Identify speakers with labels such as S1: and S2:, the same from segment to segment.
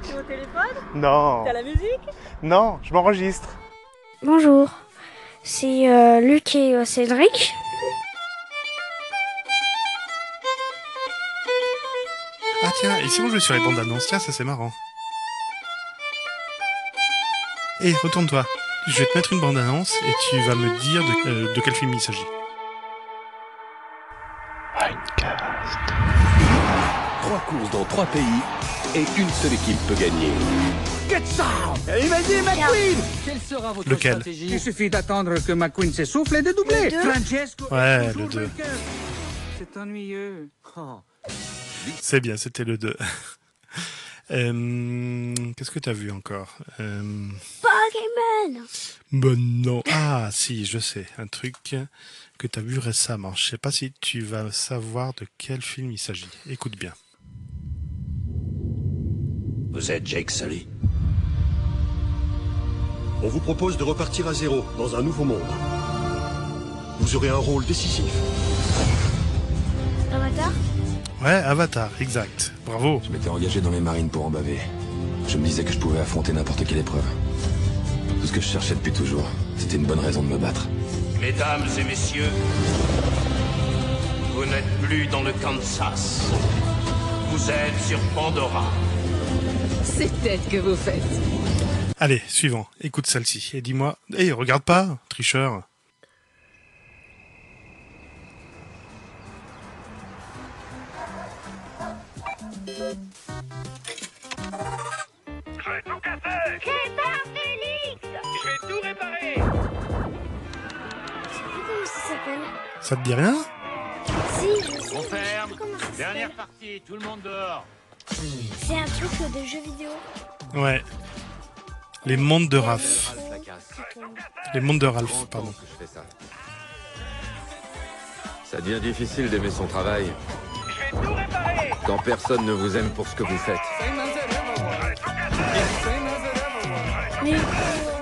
S1: au téléphone
S2: Non,
S1: T'as la musique
S2: non, je m'enregistre.
S3: Bonjour, c'est euh, Luc et euh, Cédric.
S4: Ah tiens, et si on jouait sur les bandes annonces Tiens, ça c'est marrant. Hé, Eh, retourne-toi. Je vais te mettre une bande annonce et tu vas me dire de, euh, de quel film il s'agit.
S5: Trois courses dans trois pays et une seule équipe peut gagner.
S6: Quelle sera votre
S4: Lequel
S6: stratégie
S7: Il suffit d'attendre que McQueen s'essouffle et de doubler. Francesco
S4: Ouais,
S7: est
S4: le
S7: toujours
S4: deux.
S7: vainqueur. C'est ennuyeux.
S6: Oh.
S4: C'est bien, c'était le 2. Euh, Qu'est-ce que t'as vu encore euh...
S3: Pokémon
S4: Bon non. Ah si, je sais, un truc que t'as vu récemment. Je sais pas si tu vas savoir de quel film il s'agit. Écoute bien.
S5: Vous êtes Jake Sully. On vous propose de repartir à zéro dans un nouveau monde. Vous aurez un rôle décisif.
S3: Avatar
S4: Ouais, Avatar, exact. Bravo.
S8: Je m'étais engagé dans les marines pour en baver. Je me disais que je pouvais affronter n'importe quelle épreuve. Tout ce que je cherchais depuis toujours, c'était une bonne raison de me battre.
S9: Mesdames et messieurs, vous n'êtes plus dans le Kansas. Vous êtes sur Pandora.
S10: C'est tête que vous faites.
S4: Allez, suivant. Écoute celle-ci et dis-moi. Eh, regarde pas, tricheur.
S3: Je sais pas comment ça s'appelle.
S4: Ça te dit rien
S3: Si, je sais, mais
S9: On
S3: je sais
S9: ferme.
S3: pas comment ça s'appelle.
S9: Dernière partie, tout le monde dehors.
S3: C'est un truc euh, de jeu vidéo.
S4: Ouais. Les mondes de Raph. Les mondes de Ralph, pardon.
S8: que je fais ça. Ça devient difficile d'aimer son travail. Quand personne ne vous aime pour ce que vous faites.
S3: Mais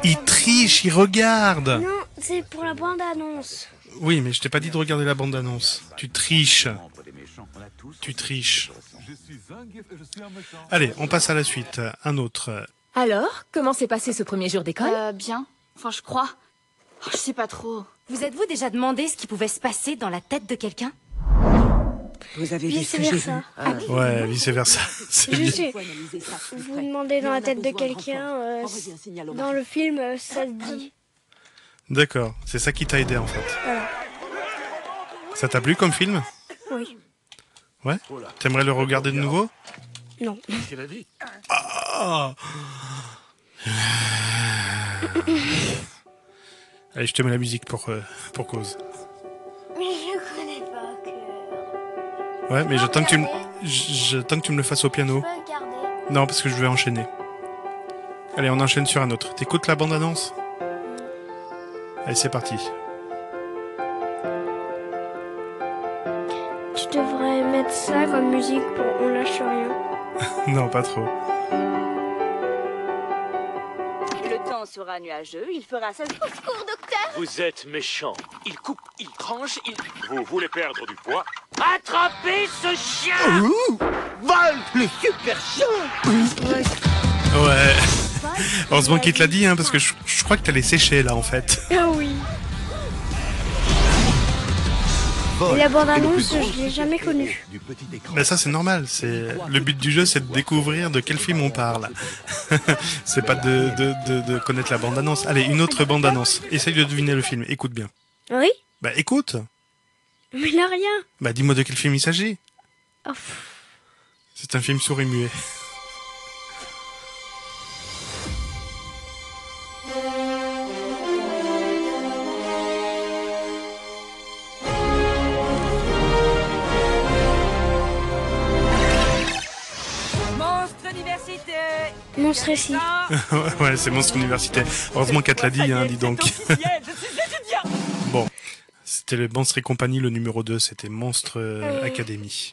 S4: Il triche, il regarde
S3: non, c'est pour la bande-annonce.
S4: Oui, mais je t'ai pas dit de regarder la bande-annonce. Tu triches. Tu triches. Allez, on passe à la suite. Un autre.
S10: Alors, comment s'est passé ce premier jour d'école
S11: Euh, bien. Enfin, je crois. Oh, je sais pas trop.
S10: Vous êtes-vous déjà demandé ce qui pouvait se passer dans la tête de quelqu'un
S7: Vous avez vu
S3: Vice
S7: ce que j'ai vu
S3: versa.
S4: Ouais, vice-versa. C'est bien.
S3: Juste, vous demandez dans la tête de quelqu'un, euh, dans le film, euh, ça se dit.
S4: D'accord, c'est ça qui t'a aidé en fait. Ça t'a plu comme film
S3: Oui.
S4: Ouais T'aimerais le regarder de nouveau
S3: Non.
S4: Ah. Allez, je te mets la musique pour, euh, pour cause.
S3: Mais je connais pas que.
S4: Ouais, mais j'attends que, tu me... j- j'attends que tu me le fasses au piano.
S3: regarder.
S4: Non, parce que je vais enchaîner. Allez, on enchaîne sur un autre. T'écoutes la bande-annonce Allez, c'est parti.
S3: Tu devrais mettre ça comme musique pour On lâche rien.
S4: Non, pas trop.
S11: Le temps sera nuageux, il fera sa...
S9: Vous êtes méchant. Il coupe, il tranche, il. Vous voulez perdre du poids Attrapez ce chien
S4: Ouais. Heureusement qu'il te l'a dit, hein, parce que je, je crois que t'allais sécher là en fait.
S3: Ah oui. Et la bande-annonce, je l'ai jamais connue.
S5: Du petit écran.
S4: Mais ça c'est normal, c'est le but du jeu c'est de découvrir de quel film on parle. c'est pas de, de, de, de connaître la bande-annonce. Allez, une autre bande-annonce. Essaye de deviner le film, écoute bien.
S3: Oui
S4: Bah écoute
S3: Mais là, rien.
S4: Bah dis-moi de quel film il s'agit.
S3: Oh, pff.
S4: C'est un film souris muet.
S1: Monstre université
S3: Monstre ici.
S4: ouais, c'est Monstre Université. Heureusement qu'elle te l'a dit, hein, dis donc.
S1: officiel, je suis étudiant
S4: Bon, c'était le Monstre et compagnie, le numéro 2, c'était Monstre euh, Academy.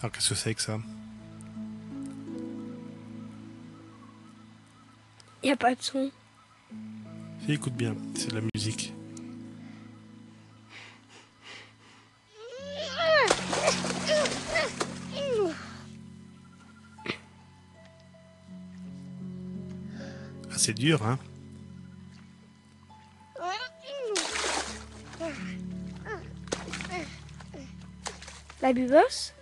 S4: Alors qu'est-ce que c'est que ça
S3: Y a pas de son.
S4: Si, Écoute bien, c'est de la musique. c'est dur, hein.
S3: La bubosse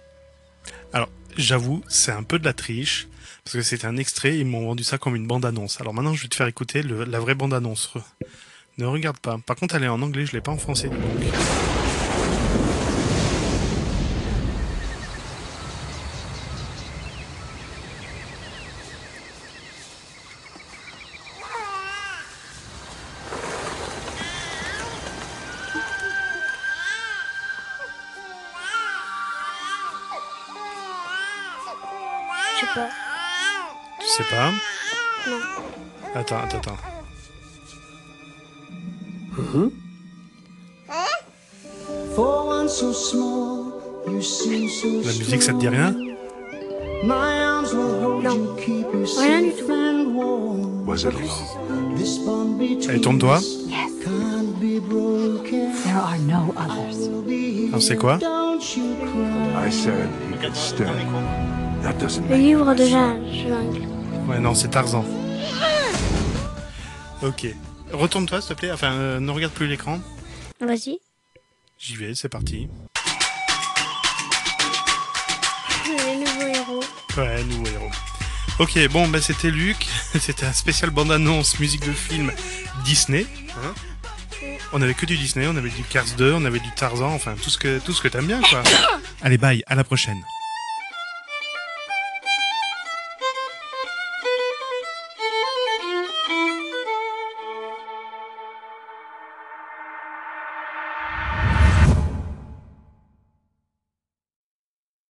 S4: Alors, j'avoue, c'est un peu de la triche, parce que c'était un extrait, ils m'ont vendu ça comme une bande-annonce. Alors maintenant, je vais te faire écouter le- la vraie bande-annonce. Re- Ne regarde pas. Par contre, elle est en anglais, je l'ai pas en français. dis donc.
S3: Je sais pas.
S4: Tu sais pas
S3: Non.
S4: Attends, attends, attends. La musique, ça te dit rien
S3: Non. Rien du tout.
S8: Oiseau.
S4: Elle tourne toi
S12: There are no others.
S4: Alors c'est quoi
S8: I said he could stay. That doesn't
S3: Le livre de Jean Jungle.
S4: Ouais, non, c'est Tarzan. Ok. Retourne-toi, s'il te plaît. Enfin, euh, ne regarde plus l'écran.
S3: Vas-y.
S4: J'y vais, c'est parti.
S3: Les nouveaux héros.
S4: Ouais, nouveau héros. Ok, bon, bah, c'était Luc. c'était un spécial bande-annonce, musique de film Disney. hein. on avait que du Disney, on avait du Cars 2, on avait du Tarzan, enfin, tout ce que, tout ce que t'aimes bien, quoi. Allez, bye, à la prochaine.